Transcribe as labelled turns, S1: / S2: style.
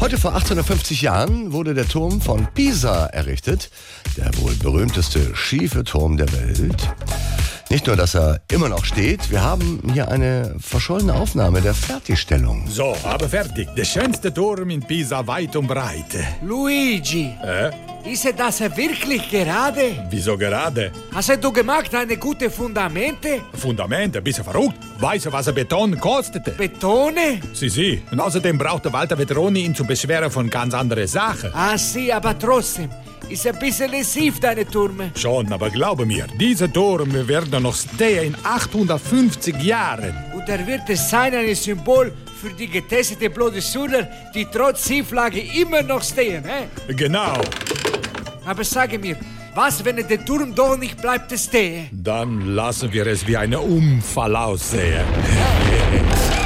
S1: Heute vor 850 Jahren wurde der Turm von Pisa errichtet, der wohl berühmteste schiefe Turm der Welt. Nicht nur, dass er immer noch steht, wir haben hier eine verschollene Aufnahme der Fertigstellung.
S2: So, aber fertig. Der schönste Turm in Pisa weit und breit.
S3: Luigi,
S2: Äh?
S3: ist das wirklich gerade?
S2: Wieso gerade?
S3: Hast du gemacht eine gute Fundamente?
S2: Fundamente, bist du verrückt? Weißt du, was der Beton kostete?
S3: Betone?
S2: Sie, sie. Und außerdem brauchte Walter Vetroni ihn zum Beschweren von ganz anderen Sachen.
S3: Ah, sì, aber trotzdem. Ist ein bisschen lesiv, deine Turme.
S2: Schon, aber glaube mir, dieser Turm wird noch stehen in 850 Jahren.
S3: Und er wird es sein ein Symbol für die getestete Blodessuler, die trotz Seeflagge immer noch stehen. Eh?
S2: Genau.
S3: Aber sage mir, was, wenn der Turm doch nicht bleibt stehen?
S2: Dann lassen wir es wie einen Unfall aussehen.